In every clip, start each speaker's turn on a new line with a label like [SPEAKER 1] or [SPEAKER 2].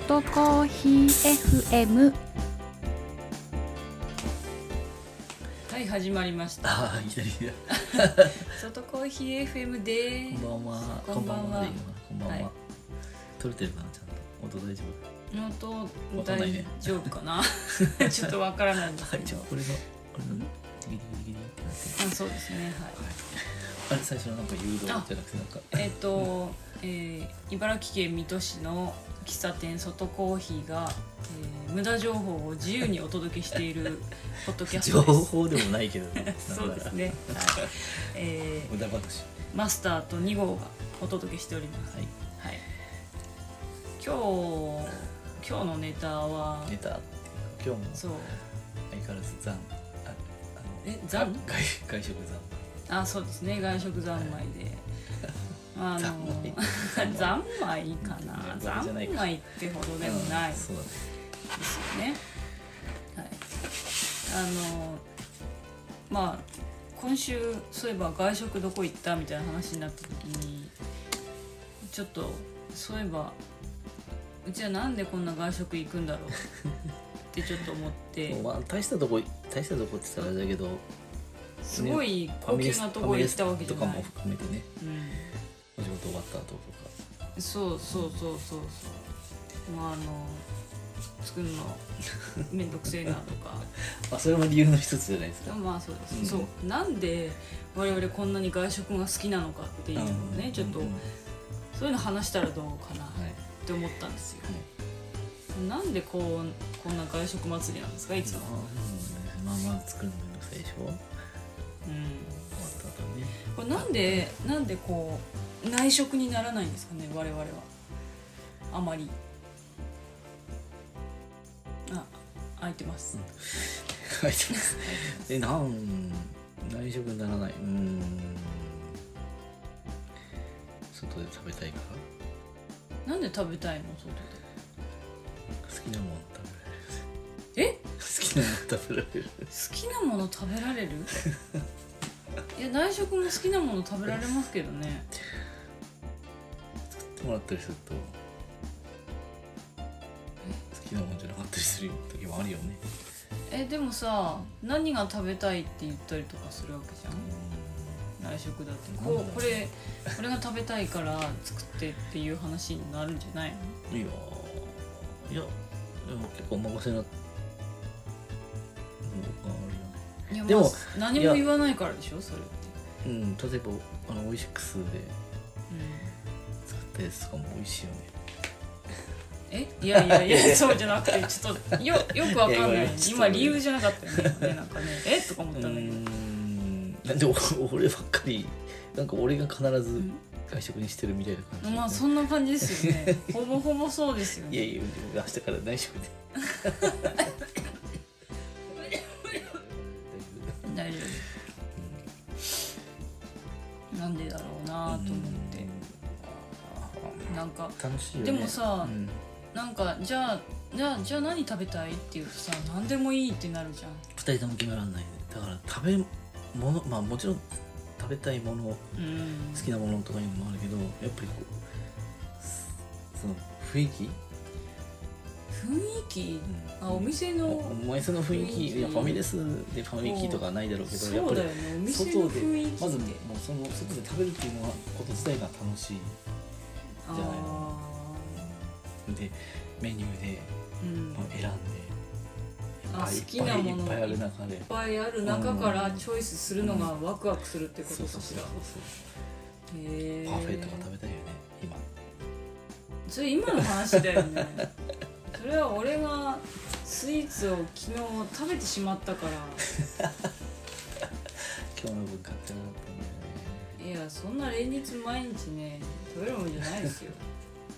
[SPEAKER 1] ーヒー FM
[SPEAKER 2] はい始まりました
[SPEAKER 3] ああ、いきなりだ。
[SPEAKER 2] 外コーヒー FM で
[SPEAKER 3] こんばんは。
[SPEAKER 2] こんばんは
[SPEAKER 3] こんばんはでいいのかな。こんばんは。
[SPEAKER 2] はい
[SPEAKER 3] 撮れてるかな、ちゃんと。音大丈
[SPEAKER 2] のと
[SPEAKER 3] わかんない
[SPEAKER 2] 大
[SPEAKER 3] ね
[SPEAKER 2] 丈夫かな ちょっとわからないんです
[SPEAKER 3] 夫。
[SPEAKER 2] け
[SPEAKER 3] はい、じ
[SPEAKER 2] ど
[SPEAKER 3] ゃあ、これが。これの。ギリギリギリってなってる。
[SPEAKER 2] あそうですね
[SPEAKER 3] あれ、最初のなんか誘導じゃなくて、なんか。
[SPEAKER 2] はいえっ、と、えー茨城県水戸市の喫茶店外コーヒーが、えー無駄情報を自由にお届けしているポッドキャス
[SPEAKER 3] 情
[SPEAKER 2] トです
[SPEAKER 3] 報でもないけど。なんなら
[SPEAKER 2] そうです。ね、はいえ
[SPEAKER 3] 無駄話。
[SPEAKER 2] ーマスターと2号がお届けしております、
[SPEAKER 3] はい。
[SPEAKER 2] はい、今日今日のネタは
[SPEAKER 3] ネタ。今日も。
[SPEAKER 2] そう
[SPEAKER 3] 相変わらず残。あ、あの。
[SPEAKER 2] え残
[SPEAKER 3] 外、外食残。
[SPEAKER 2] あそうですね外食三昧で あ
[SPEAKER 3] 残
[SPEAKER 2] の 三昧かな
[SPEAKER 3] 残じゃない
[SPEAKER 2] 三
[SPEAKER 3] か
[SPEAKER 2] 昧ってほどでもない
[SPEAKER 3] うん
[SPEAKER 2] です
[SPEAKER 3] そうだ
[SPEAKER 2] よ
[SPEAKER 3] ね。
[SPEAKER 2] ね、はいあのまあ今週そういえば外食どこ行ったみたいな話になった時にちょっとそういえばうちはなんでこんな外食行くんだろう ってちょっと思って
[SPEAKER 3] もうまあ、大したとこ、大したとこって言ったらあれだけど。
[SPEAKER 2] すごい
[SPEAKER 3] ファ
[SPEAKER 2] 高
[SPEAKER 3] ミレ
[SPEAKER 2] 級
[SPEAKER 3] ス
[SPEAKER 2] なとこ行ったわけじゃ
[SPEAKER 3] ファ
[SPEAKER 2] な
[SPEAKER 3] ミレ
[SPEAKER 2] い
[SPEAKER 3] スとかも含めてね。
[SPEAKER 2] うん
[SPEAKER 3] お仕事終わった後とか。
[SPEAKER 2] そうそうそうそうそうまああの作るのめんどくせえなと か
[SPEAKER 3] あ、それも理由の一つじゃないです
[SPEAKER 2] で
[SPEAKER 3] か
[SPEAKER 2] も。まあそうです、
[SPEAKER 3] うん
[SPEAKER 2] そうなんで我々こんなに外食が好きなのかっていうのをね、ちょっと
[SPEAKER 3] うんうん
[SPEAKER 2] そういうの話したらどうかなっ
[SPEAKER 3] はい。
[SPEAKER 2] て思ったんですよ、なんでこうこんな外食祭りなんですかいつも、
[SPEAKER 3] まあまあ作るのめんどくさいでしょ終わっ
[SPEAKER 2] うん、
[SPEAKER 3] た後ね
[SPEAKER 2] これなんでなんでこう内食にならないんですかね我々はあまりあ空いてます、
[SPEAKER 3] 書いてますえなん内食にならないうーん外で食べたいか
[SPEAKER 2] なんで食べたいの外
[SPEAKER 3] ら好きなもの食
[SPEAKER 2] でえ
[SPEAKER 3] べられる好きなもの食べられる
[SPEAKER 2] 好きなもの食べ られるいや内食も好きなもの食べられますけど ね
[SPEAKER 3] 作ってもらったりすると好きなものじゃなかったりする時もあるよね
[SPEAKER 2] えでもさ何が食べたいって言ったりとかするわけじゃ
[SPEAKER 3] うん
[SPEAKER 2] 内食だって
[SPEAKER 3] なんだろ
[SPEAKER 2] こ
[SPEAKER 3] う
[SPEAKER 2] うこれこれが食べたいから作ってっていう話になるんじゃないの
[SPEAKER 3] んいやいやでも結構お任せなのがあ
[SPEAKER 2] い
[SPEAKER 3] るよね
[SPEAKER 2] や
[SPEAKER 3] でも
[SPEAKER 2] まあ何も言わないからでしょそれって、
[SPEAKER 3] うん、例えばあのオイシックスで作ったやつとかも美味しいよね
[SPEAKER 2] うん、えいやいやい やそうじゃなくてちょっとよよくわかんない
[SPEAKER 3] いやいやちょっと
[SPEAKER 2] 今理由じゃなかったよね今ねなんかねえとか思
[SPEAKER 3] う
[SPEAKER 2] ったんだけど、
[SPEAKER 3] んなんでお 俺ばっかりなんか俺が必
[SPEAKER 2] う
[SPEAKER 3] ず
[SPEAKER 2] ん
[SPEAKER 3] 外食にしてるみたいな感じ、
[SPEAKER 2] まあそんな感じですよ ねほぼほぼそうですよ
[SPEAKER 3] いや
[SPEAKER 2] ね
[SPEAKER 3] いや明日から内 食で
[SPEAKER 2] 大丈夫なんでだろうなと思ってなんか
[SPEAKER 3] 楽しいよね
[SPEAKER 2] でもさ
[SPEAKER 3] うん
[SPEAKER 2] なんかじゃあじゃあじゃあ何食べたいって言うとさ何でもいいってなるじゃ
[SPEAKER 3] 二人とも決めらんないねだから食べ物まあもちろん食べたいもの好
[SPEAKER 2] んうん
[SPEAKER 3] きなものとかいうのもあるけどやっぱりこうすその雰囲気、
[SPEAKER 2] 雰囲気
[SPEAKER 3] うん
[SPEAKER 2] あお店
[SPEAKER 3] お
[SPEAKER 2] の
[SPEAKER 3] お店の雰
[SPEAKER 2] 雰
[SPEAKER 3] 囲
[SPEAKER 2] 囲
[SPEAKER 3] 気
[SPEAKER 2] 気
[SPEAKER 3] いやファミレスでファミリーとかはないだろうけどや
[SPEAKER 2] そ
[SPEAKER 3] っ
[SPEAKER 2] う
[SPEAKER 3] ぱ
[SPEAKER 2] だ
[SPEAKER 3] り
[SPEAKER 2] よねお店
[SPEAKER 3] 外
[SPEAKER 2] の
[SPEAKER 3] で
[SPEAKER 2] 雰囲気って、
[SPEAKER 3] まずもうその外で食べるっていうのはこと自体が楽しい
[SPEAKER 2] あ
[SPEAKER 3] じゃないでメニューで
[SPEAKER 2] ーうんい
[SPEAKER 3] まあ選んでいっ
[SPEAKER 2] あ
[SPEAKER 3] ぱい
[SPEAKER 2] 好きなもの
[SPEAKER 3] いっぱいいっぱいある中で
[SPEAKER 2] っぱいある中からチョイスするのがワクワクするってこと
[SPEAKER 3] そう
[SPEAKER 2] か
[SPEAKER 3] そう
[SPEAKER 2] し
[SPEAKER 3] そう
[SPEAKER 2] ら
[SPEAKER 3] そう
[SPEAKER 2] へえ
[SPEAKER 3] パフェとか食べたいよね今
[SPEAKER 2] それ今の話だよねそれは俺がスイーツを昨日食べてしまったから
[SPEAKER 3] 今日の分買ってなかったんだよね
[SPEAKER 2] いやそんな連日毎日ね食べるもんじゃないですよ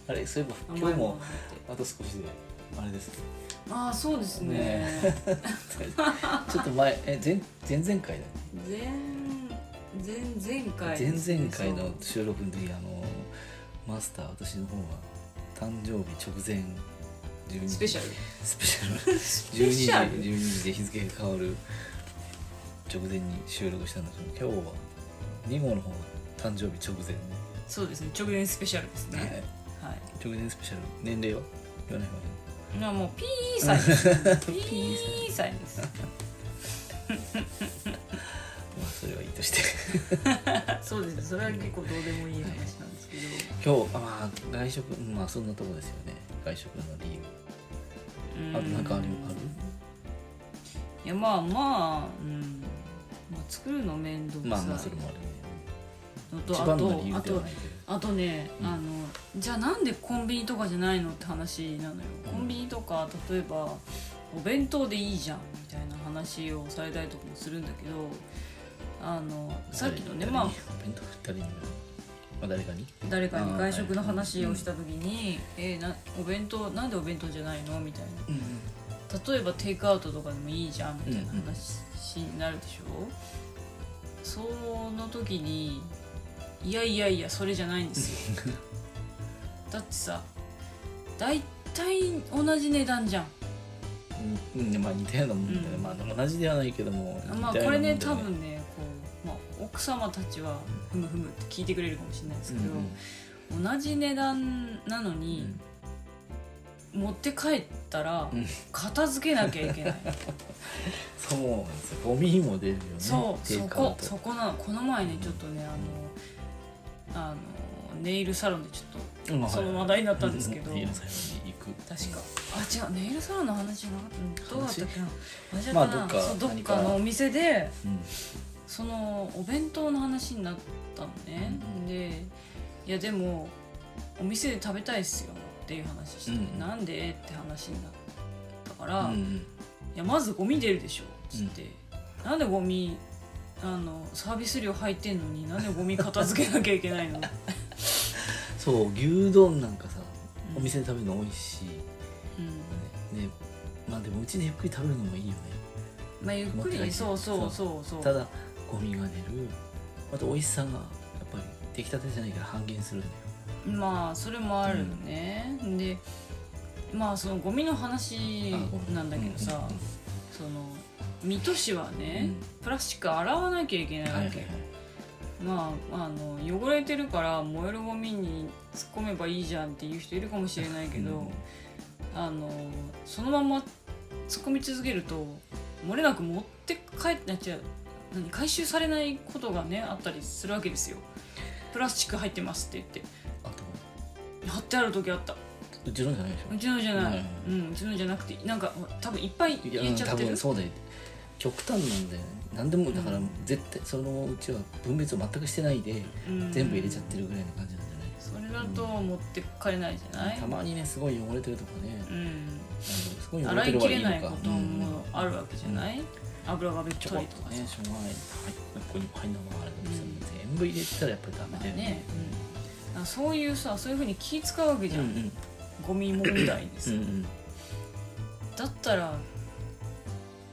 [SPEAKER 3] あれそういえば今
[SPEAKER 2] 甘い
[SPEAKER 3] 日
[SPEAKER 2] も
[SPEAKER 3] も
[SPEAKER 2] んなんて
[SPEAKER 3] あと少しであれです
[SPEAKER 2] ああそうですね
[SPEAKER 3] ねちょっと前え前前々回だね
[SPEAKER 2] 前前前回
[SPEAKER 3] 前
[SPEAKER 2] ですね
[SPEAKER 3] 々回
[SPEAKER 2] そう
[SPEAKER 3] の収録の時あのマスター私の方が誕生日直前12
[SPEAKER 2] スペシャル
[SPEAKER 3] スペシ ャル
[SPEAKER 2] ス
[SPEAKER 3] 12
[SPEAKER 2] ペ
[SPEAKER 3] 時
[SPEAKER 2] シャル
[SPEAKER 3] 12時で日付が変わる直前に収録したんですけど今日は2号の方が誕生日直前で、
[SPEAKER 2] そうですね直前スペシャルですね
[SPEAKER 3] はい
[SPEAKER 2] はい
[SPEAKER 3] 直前スペシャル年齢は言わない方がい
[SPEAKER 2] なもうピーサインです ピーサインです
[SPEAKER 3] まあそれはいいとして
[SPEAKER 2] そうですねそれは結構どうでもいい話なんですけど
[SPEAKER 3] 今日あまあ外食うんまあそんなとこですよね外食の理由あと
[SPEAKER 2] う
[SPEAKER 3] なんかあるある
[SPEAKER 2] いやまあまあ、うんまあ、作るの面倒く
[SPEAKER 3] まあ
[SPEAKER 2] さい
[SPEAKER 3] まあそれもあるね
[SPEAKER 2] の
[SPEAKER 3] 一
[SPEAKER 2] とあ
[SPEAKER 3] 番の
[SPEAKER 2] と
[SPEAKER 3] 理由
[SPEAKER 2] あ
[SPEAKER 3] では
[SPEAKER 2] と
[SPEAKER 3] ないけど
[SPEAKER 2] あとね、
[SPEAKER 3] うん
[SPEAKER 2] あのじゃあなんでコンビニとかじゃないのって話なのよ
[SPEAKER 3] うん
[SPEAKER 2] コンビニとか例えばお弁当でいいじゃんみたいな話をされたりとかもするんだけどあのさっきのねまあ
[SPEAKER 3] 誰に誰に誰にまあ誰かに
[SPEAKER 2] 誰かに
[SPEAKER 3] あー
[SPEAKER 2] 外食の話をした時に「えーなお弁当なんでお弁当じゃないの?」みたいな
[SPEAKER 3] うん
[SPEAKER 2] 例えばテイクアウトとかでもいいじゃんみたいな
[SPEAKER 3] うんうん
[SPEAKER 2] 話になるでしょ、その時にいやいやいやそれじゃないんですよ だってさ大体同じ値段じゃん
[SPEAKER 3] うんうんまあ似たようなもんだよね
[SPEAKER 2] うん
[SPEAKER 3] まあ同じではないけども
[SPEAKER 2] まあ
[SPEAKER 3] 似たよ
[SPEAKER 2] これ
[SPEAKER 3] うなもんだよ
[SPEAKER 2] ね多分ねこう、まあ、奥様たちはふむふむって聞いてくれるかもしれないですけど、同じ値段なの
[SPEAKER 3] うんう
[SPEAKER 2] に
[SPEAKER 3] ん、
[SPEAKER 2] 持って帰ったら
[SPEAKER 3] うん
[SPEAKER 2] 片付けなきゃいけない
[SPEAKER 3] そうなんですよゴミにも出るよね
[SPEAKER 2] そう
[SPEAKER 3] テイ
[SPEAKER 2] そ
[SPEAKER 3] クアウ
[SPEAKER 2] こ
[SPEAKER 3] ト
[SPEAKER 2] そこなのこの前ねちょっとねあのあのネイルサロンでちょっ
[SPEAKER 3] うん
[SPEAKER 2] と
[SPEAKER 3] はい
[SPEAKER 2] その話題になったんですけど、
[SPEAKER 3] うんいいよ最後に行く
[SPEAKER 2] 確かあ違うネイルサロンの話じゃなかったどうだったっけな話だ
[SPEAKER 3] まあ
[SPEAKER 2] ったな
[SPEAKER 3] どっか
[SPEAKER 2] そうどっ
[SPEAKER 3] 何か
[SPEAKER 2] かのお店で
[SPEAKER 3] うん
[SPEAKER 2] そのお弁当の話になったのね、
[SPEAKER 3] うんうん
[SPEAKER 2] でいやでもお店で食べたいっすよっていう話して、
[SPEAKER 3] うんうん
[SPEAKER 2] なんでって話になったから、
[SPEAKER 3] うんうん
[SPEAKER 2] いやまずゴミ出るでしょ」つって、なんでゴミあのサービス料入ってんのになんでゴミ片付けなきゃいけない の
[SPEAKER 3] そう牛丼なんかさ
[SPEAKER 2] うん
[SPEAKER 3] お店で食べるの美味しいよ
[SPEAKER 2] うん
[SPEAKER 3] ねねまあでもうちでゆっくり食べるのもいいよね
[SPEAKER 2] まあゆっくり
[SPEAKER 3] 持って帰って
[SPEAKER 2] ねそうそうそうそう
[SPEAKER 3] ただゴミが出るあと美味しさがやっぱり出来たてじゃないから半減するんだよ
[SPEAKER 2] まあそれもあるよね、でまあそのゴミの話
[SPEAKER 3] あゴミ
[SPEAKER 2] なんだけどさ、
[SPEAKER 3] うんうん
[SPEAKER 2] その水戸市はね、
[SPEAKER 3] うん
[SPEAKER 2] プラスチック洗わなきゃいけないわ
[SPEAKER 3] はい
[SPEAKER 2] け、
[SPEAKER 3] はいはい
[SPEAKER 2] まああの汚れてるから燃えるゴミに突っ込めばいいじゃんっていう人いるかもしれないけど、
[SPEAKER 3] うん
[SPEAKER 2] あのそのまま突っ込み続けると漏れなく持って帰ってなっちゃう何回収されないことがねあったりするわけですよプラスチック入ってますって言
[SPEAKER 3] あ
[SPEAKER 2] って貼ってある時あった
[SPEAKER 3] とうちのじゃないでし
[SPEAKER 2] うちのじゃない、
[SPEAKER 3] う
[SPEAKER 2] うん、うちのじゃなくてなんか多分いっぱい
[SPEAKER 3] ょ
[SPEAKER 2] 入れちゃって
[SPEAKER 3] いや
[SPEAKER 2] る
[SPEAKER 3] 多分そうだよ極端なんだよね何でもだから
[SPEAKER 2] うん
[SPEAKER 3] 絶対そのうちは分別を全くしてないで
[SPEAKER 2] うん
[SPEAKER 3] 全部入れちゃってるぐらいの感じなんじゃない
[SPEAKER 2] それだと持って帰れないじゃない
[SPEAKER 3] たまにねすごい汚れてるとかね
[SPEAKER 2] うん
[SPEAKER 3] あのすごい汚れ
[SPEAKER 2] 洗
[SPEAKER 3] て
[SPEAKER 2] い
[SPEAKER 3] るは
[SPEAKER 2] き
[SPEAKER 3] い
[SPEAKER 2] れ
[SPEAKER 3] いの
[SPEAKER 2] ない
[SPEAKER 3] か
[SPEAKER 2] こともあるわけじゃない、油がべっ
[SPEAKER 3] ちょ
[SPEAKER 2] と
[SPEAKER 3] こ
[SPEAKER 2] り
[SPEAKER 3] っ
[SPEAKER 2] と
[SPEAKER 3] と
[SPEAKER 2] か
[SPEAKER 3] ね
[SPEAKER 2] さ
[SPEAKER 3] しょうがないはいここにも入んのもあるんですけど全部入れてたらやっぱりダメだよね
[SPEAKER 2] まあそういうさそういうふうに気使うわけじ
[SPEAKER 3] うん
[SPEAKER 2] ゃ、
[SPEAKER 3] うんん
[SPEAKER 2] ゴミ問題で
[SPEAKER 3] う
[SPEAKER 2] す、
[SPEAKER 3] んうん
[SPEAKER 2] だったら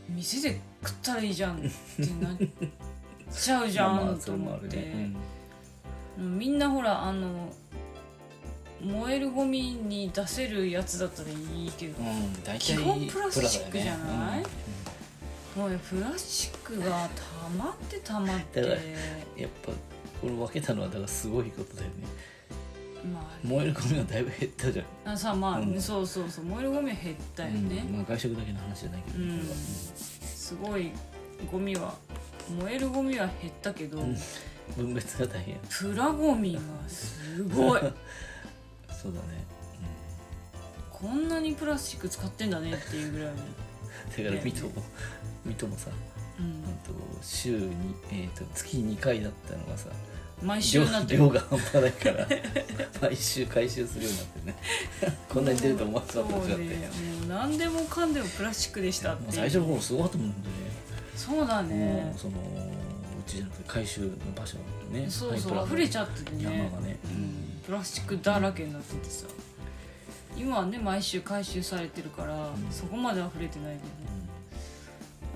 [SPEAKER 2] 店で食ったらいいじゃんってなっちゃうじゃ
[SPEAKER 3] まあま
[SPEAKER 2] ん
[SPEAKER 3] あそ
[SPEAKER 2] と
[SPEAKER 3] れも
[SPEAKER 2] 思
[SPEAKER 3] あ
[SPEAKER 2] っ
[SPEAKER 3] る
[SPEAKER 2] て、
[SPEAKER 3] ね
[SPEAKER 2] みんなほらあの燃えるゴミに出せるやつだったらいいけど
[SPEAKER 3] うんうん大体
[SPEAKER 2] 基本プラスチックじゃ
[SPEAKER 3] プラだ
[SPEAKER 2] ない
[SPEAKER 3] よね
[SPEAKER 2] もうプラスチックが溜まって溜まって
[SPEAKER 3] だから うんやっぱこれ分けたのはだからすごいことだよね
[SPEAKER 2] まあ
[SPEAKER 3] 燃えるゴミがだいぶ減ったじゃん
[SPEAKER 2] あさまあ、
[SPEAKER 3] うん
[SPEAKER 2] そうそうそう燃えるゴミは減ったよね、
[SPEAKER 3] うんまあ、外食だけの話じゃないけど、
[SPEAKER 2] うん
[SPEAKER 3] これは
[SPEAKER 2] すごいゴミは燃えるゴミは減ったけど、
[SPEAKER 3] んうん分別が大変
[SPEAKER 2] プラゴミがすご い
[SPEAKER 3] そうだね、
[SPEAKER 2] こんなにプラスチック使ってんだねっていうぐらいに、
[SPEAKER 3] うん、だから水戸も水戸もさ、 うんと、週に、えー、と月2回だったのがさ
[SPEAKER 2] うん、毎週
[SPEAKER 3] 量
[SPEAKER 2] になって
[SPEAKER 3] 量が半端ないから毎週回収するようになって ねこんなに出ると思わなか
[SPEAKER 2] そ
[SPEAKER 3] っ
[SPEAKER 2] う
[SPEAKER 3] たじゃって、
[SPEAKER 2] ねもう何でもかんでもプラスチックでしたってい
[SPEAKER 3] も
[SPEAKER 2] う
[SPEAKER 3] う最初の頃すごかったもんね
[SPEAKER 2] そうだね
[SPEAKER 3] もうそのうちじゃなくて回収の場所ね
[SPEAKER 2] そうそ
[SPEAKER 3] ハ
[SPEAKER 2] う
[SPEAKER 3] イ
[SPEAKER 2] 溢
[SPEAKER 3] プラ
[SPEAKER 2] れ
[SPEAKER 3] の
[SPEAKER 2] ちゃっててね
[SPEAKER 3] 山がね、
[SPEAKER 2] うんプラスチックだらけになっててさ今はね毎週回収されてるから、
[SPEAKER 3] ん
[SPEAKER 2] そこまで溢れてない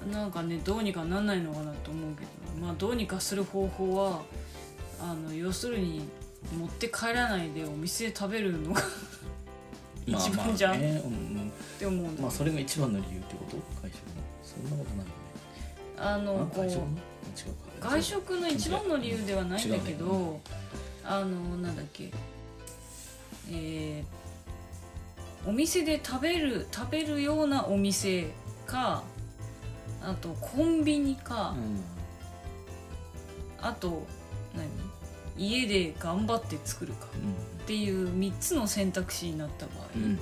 [SPEAKER 2] けど
[SPEAKER 3] うん
[SPEAKER 2] なんかねどうにかなんないのかなと思うけどまあどうにかする方法はあの要するに持って帰らないでお店で食べるのが
[SPEAKER 3] まあ
[SPEAKER 2] 一
[SPEAKER 3] まあ
[SPEAKER 2] 番じゃんっ
[SPEAKER 3] ねうん
[SPEAKER 2] て思う
[SPEAKER 3] うん
[SPEAKER 2] の、
[SPEAKER 3] まあそれが一番の理由ってこと会食のそんなことないよね
[SPEAKER 2] あ、の
[SPEAKER 3] あ
[SPEAKER 2] こ
[SPEAKER 3] 外食の
[SPEAKER 2] う
[SPEAKER 3] 違うか
[SPEAKER 2] 外食の一番の理由ではないんだけど、
[SPEAKER 3] 違う
[SPEAKER 2] あのなんだっけえーお店で食べる食べるようなお店かあとコンビニか、あと何家で頑張って作るかっていう3つの選択肢になった場合、
[SPEAKER 3] うん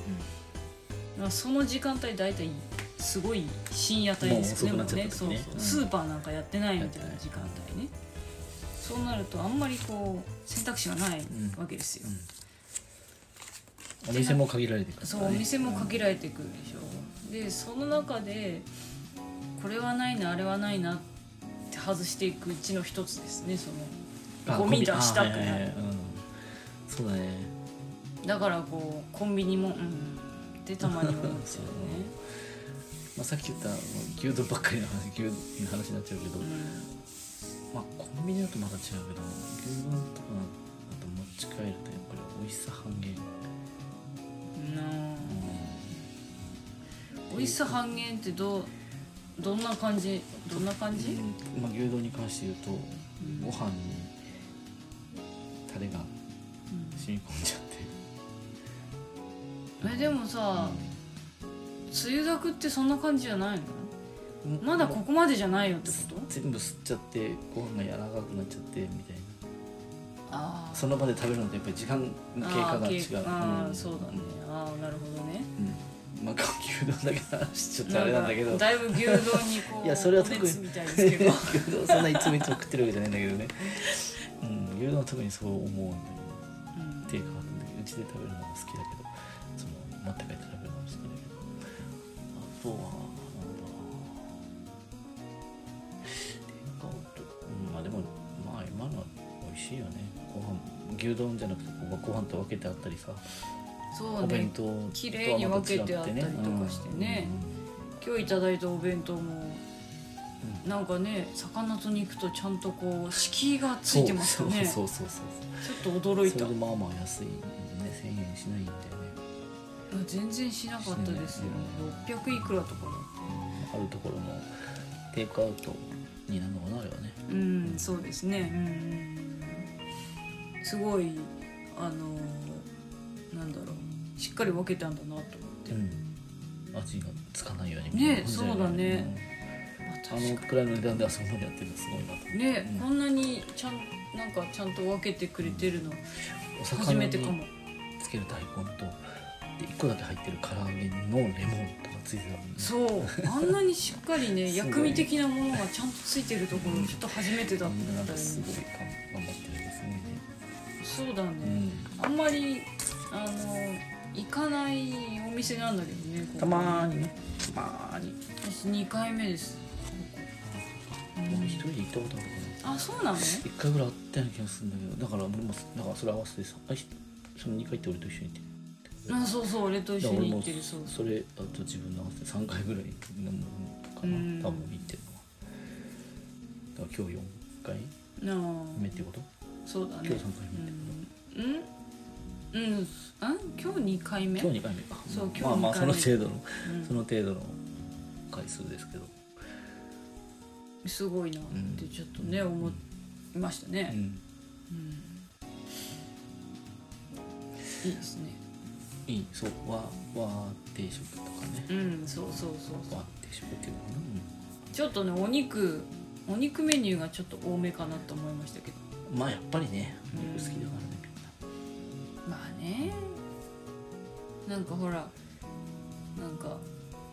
[SPEAKER 2] まあ、その時間帯大体すごい深夜帯ですよね
[SPEAKER 3] も
[SPEAKER 2] も
[SPEAKER 3] う遅
[SPEAKER 2] う
[SPEAKER 3] くな
[SPEAKER 2] ね
[SPEAKER 3] っちゃ
[SPEAKER 2] そ
[SPEAKER 3] っ
[SPEAKER 2] う
[SPEAKER 3] てね
[SPEAKER 2] そう
[SPEAKER 3] うん
[SPEAKER 2] スーパーなんかやってないみたいな時間帯ねそうなるとあんまりこう選択肢がない
[SPEAKER 3] うん
[SPEAKER 2] わけですよ、
[SPEAKER 3] うんお店も限られてくる
[SPEAKER 2] そうお店も限
[SPEAKER 3] ら
[SPEAKER 2] られてくるでしょでその中でこれはないなあれはないなって外していくうちの一つですねそ
[SPEAKER 3] あ
[SPEAKER 2] のゴミ出したく
[SPEAKER 3] あは
[SPEAKER 2] ない
[SPEAKER 3] はい
[SPEAKER 2] る
[SPEAKER 3] はいうんそうだね
[SPEAKER 2] だからこうコンビニもうんってたまに思うんですよね、
[SPEAKER 3] まあさっき言ったもう牛丼ばっかりの話牛丼の話になっちゃうけど
[SPEAKER 2] うん
[SPEAKER 3] まあコンビニだとまた違うけど牛丼とかだと持ち帰るとやっぱり美味しさ半減
[SPEAKER 2] なあ美味しさ半減ってどうどんな感じどんな感じ、
[SPEAKER 3] うんまあ、牛丼に関して言うと、
[SPEAKER 2] ん
[SPEAKER 3] ご飯にタレが染み込んじゃって、
[SPEAKER 2] えでもさ、梅雨だくってそんな感じじゃないの
[SPEAKER 3] うん
[SPEAKER 2] まだここまでじゃないよってこと
[SPEAKER 3] 全部吸っちゃってご飯が柔らかくなっちゃってみたいな
[SPEAKER 2] ああ
[SPEAKER 3] その場で食べるのとやっぱり時間の経過が
[SPEAKER 2] あ
[SPEAKER 3] 違う
[SPEAKER 2] ーあー、
[SPEAKER 3] ん
[SPEAKER 2] そうだねああなるほどね
[SPEAKER 3] うんまあ 牛丼だけの話ちょっとあれなんだけど
[SPEAKER 2] かだいぶ牛丼にこう
[SPEAKER 3] いやそれは特に
[SPEAKER 2] 熱みたいですけ
[SPEAKER 3] 牛
[SPEAKER 2] ど
[SPEAKER 3] 丼そんないつもいつも食ってるわけじゃないんだけどね、うん、牛丼は特にそう思うんだ
[SPEAKER 2] うん
[SPEAKER 3] けど定価があったんだけどうちで食べるのが好きだけどその待って帰って食べるのも好きだけどあとはなんだろう定価をうんまあでもまあ今のは美味しいよねご飯牛丼じゃなくてごご飯と分けてあったりさ、
[SPEAKER 2] そう
[SPEAKER 3] お弁
[SPEAKER 2] ね
[SPEAKER 3] 当とはまた違ってね
[SPEAKER 2] 綺麗に分けてあったりとかしてね今日いただいたお弁当も
[SPEAKER 3] うん
[SPEAKER 2] なんかね魚と肉とちゃんとこう敷居がつ
[SPEAKER 3] そう
[SPEAKER 2] いてますよね
[SPEAKER 3] そうそうそうそう
[SPEAKER 2] ちょっと驚い
[SPEAKER 3] それ
[SPEAKER 2] た
[SPEAKER 3] でまあまあ安いね1000円しないんだよね
[SPEAKER 2] 全然しなかったですよ600いくらとかだ
[SPEAKER 3] あるところもテイクアウトになるのかなあれはね
[SPEAKER 2] うんそうですねうんすごいあのなんだろうしっかり分けたんだなと思って、
[SPEAKER 3] うん味がつかないように
[SPEAKER 2] ね
[SPEAKER 3] みたいな
[SPEAKER 2] そうだ
[SPEAKER 3] 感じよ
[SPEAKER 2] ねまあ
[SPEAKER 3] うんあ
[SPEAKER 2] 確
[SPEAKER 3] の
[SPEAKER 2] か
[SPEAKER 3] くらいの値段であそこまでやってるのすごいなと思って
[SPEAKER 2] にね、
[SPEAKER 3] うん
[SPEAKER 2] こんなにちゃんなんかちゃんと分けてくれてるの
[SPEAKER 3] お
[SPEAKER 2] 初
[SPEAKER 3] 魚
[SPEAKER 2] め
[SPEAKER 3] に
[SPEAKER 2] てかも
[SPEAKER 3] つける大根とで1個だけ入ってる唐揚げのレモンとかついてたもんね
[SPEAKER 2] そうあんなにしっかり ね
[SPEAKER 3] すごい
[SPEAKER 2] 薬味的なものがちゃんとついてるところちょっと初めてだっ
[SPEAKER 3] みんななん
[SPEAKER 2] たよ
[SPEAKER 3] かす
[SPEAKER 2] ね
[SPEAKER 3] ごい頑張ってるんですね
[SPEAKER 2] そうだね、
[SPEAKER 3] うん
[SPEAKER 2] あんまりあの行かないお店なんだけどねここ
[SPEAKER 3] たまーにねたまーに
[SPEAKER 2] 私2回目です
[SPEAKER 3] 僕一人で行ったことあるかな
[SPEAKER 2] あそうなの
[SPEAKER 3] 一回ぐらいあったような気がするんだけどだから俺もだからそれ合わせてさあひその2回って俺と一緒に行って
[SPEAKER 2] あそうそう俺と一緒に行ってる
[SPEAKER 3] だか
[SPEAKER 2] そ
[SPEAKER 3] ら
[SPEAKER 2] う
[SPEAKER 3] 俺もそれあと自分の合わせて3回ぐらい飲むか
[SPEAKER 2] うん
[SPEAKER 3] な多分行ってるのはだから今日4回
[SPEAKER 2] なあ
[SPEAKER 3] 目ってこと
[SPEAKER 2] そうだね
[SPEAKER 3] 今日三回目
[SPEAKER 2] うんうん、うん、あ今日2回目
[SPEAKER 3] 今日2回目か
[SPEAKER 2] そう今日
[SPEAKER 3] まあまあ
[SPEAKER 2] 二
[SPEAKER 3] そ
[SPEAKER 2] 回目
[SPEAKER 3] の程度の
[SPEAKER 2] うん
[SPEAKER 3] その程度の回数ですけど
[SPEAKER 2] すごいなってちょっとね、思いました
[SPEAKER 3] う
[SPEAKER 2] ね、
[SPEAKER 3] ん
[SPEAKER 2] うん、いいですね
[SPEAKER 3] いいそう和和定食とかね
[SPEAKER 2] うんそうそうそうそう
[SPEAKER 3] 和定食っていうのかな
[SPEAKER 2] ちょっとねお肉お肉メニューがちょっと多めかなと思いましたけど
[SPEAKER 3] うんまあやっぱりね肉好きだからねみんな
[SPEAKER 2] まあねなんかほらなんか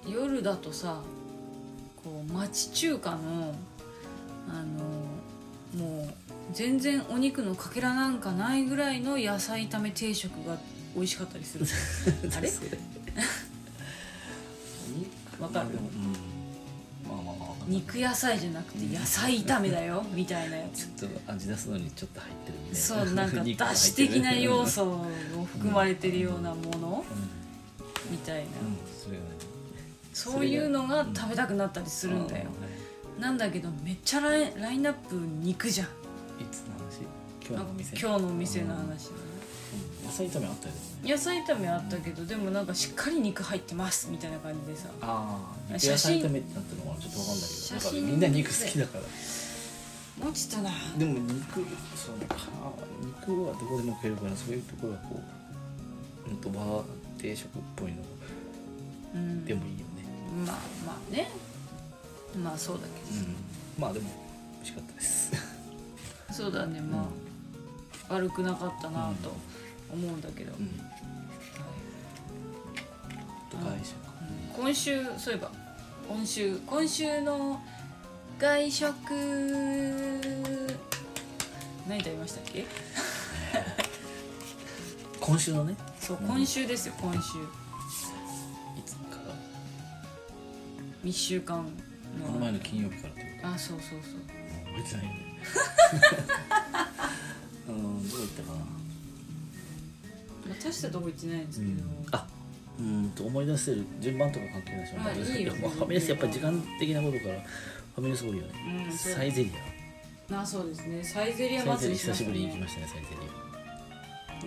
[SPEAKER 2] 夜だとさこう町中華のあのもう全然お肉のかけらなんかないぐらいの野菜炒め定食が美味しかったりするあれ
[SPEAKER 3] それ
[SPEAKER 2] わかる
[SPEAKER 3] でもうんまあまあまあわかんない
[SPEAKER 2] 肉野菜じゃなくて野菜炒めだよみたいなやつ
[SPEAKER 3] ちょっと味出すのにちょっと入ってるみたいな
[SPEAKER 2] そうなんか
[SPEAKER 3] 肉
[SPEAKER 2] だ
[SPEAKER 3] が入
[SPEAKER 2] し
[SPEAKER 3] ってる
[SPEAKER 2] 的な要素を含まれてるようなもの
[SPEAKER 3] うん、
[SPEAKER 2] みたいな
[SPEAKER 3] うん、それがね
[SPEAKER 2] そういうのが食べたくなったりするんだよなんだけどめっちゃラインラインナップ肉じゃん
[SPEAKER 3] あーいつの話今
[SPEAKER 2] なん
[SPEAKER 3] 日の
[SPEAKER 2] か
[SPEAKER 3] お店
[SPEAKER 2] 今日のお店の話ね
[SPEAKER 3] うん野菜炒めあったよね
[SPEAKER 2] 野菜炒めあったけどでもなんかしっかり肉入ってますみたいな感じでさ
[SPEAKER 3] ああ肉
[SPEAKER 2] 写
[SPEAKER 3] 野
[SPEAKER 2] 真
[SPEAKER 3] 菜炒めってなったのかなちょっとわかんないけど
[SPEAKER 2] 写
[SPEAKER 3] なんか
[SPEAKER 2] 真
[SPEAKER 3] みんな肉好きだから
[SPEAKER 2] 落ちたな
[SPEAKER 3] でも肉そのか肉はどこでも食えるからそういうところはこううんと和定食っぽいの
[SPEAKER 2] うん
[SPEAKER 3] でもいいよね、
[SPEAKER 2] まあまあねまあそうだけ
[SPEAKER 3] うんまあでも美味しかったです
[SPEAKER 2] どそうだねまあ悪くなかったなと思うんだけど、
[SPEAKER 3] うんと外食
[SPEAKER 2] 今週そういえば今週今週の外食何食べましたっけ
[SPEAKER 3] 今週のね
[SPEAKER 2] そう
[SPEAKER 3] うん
[SPEAKER 2] 今週ですよ今週
[SPEAKER 3] いつか
[SPEAKER 2] 1週間の
[SPEAKER 3] この前の金曜日からってこ
[SPEAKER 2] あそうそうそう
[SPEAKER 3] と覚えてないよね うんどうだったかな
[SPEAKER 2] まあ大したとこ行ってないんです
[SPEAKER 3] う
[SPEAKER 2] けど、
[SPEAKER 3] んあうーんと思い出せる順番とか関係ないし
[SPEAKER 2] まあ
[SPEAKER 3] 思い出せる
[SPEAKER 2] いいよ
[SPEAKER 3] まあファミレスやっぱり時間的なことからファミレス多いよね、
[SPEAKER 2] うんそう
[SPEAKER 3] サイゼリ
[SPEAKER 2] なそうですねサイゼリ
[SPEAKER 3] ア
[SPEAKER 2] ア
[SPEAKER 3] サイゼ
[SPEAKER 2] 祭りしま
[SPEAKER 3] リア久
[SPEAKER 2] し
[SPEAKER 3] したぶりに行き
[SPEAKER 2] ね
[SPEAKER 3] ましたねサイゼリ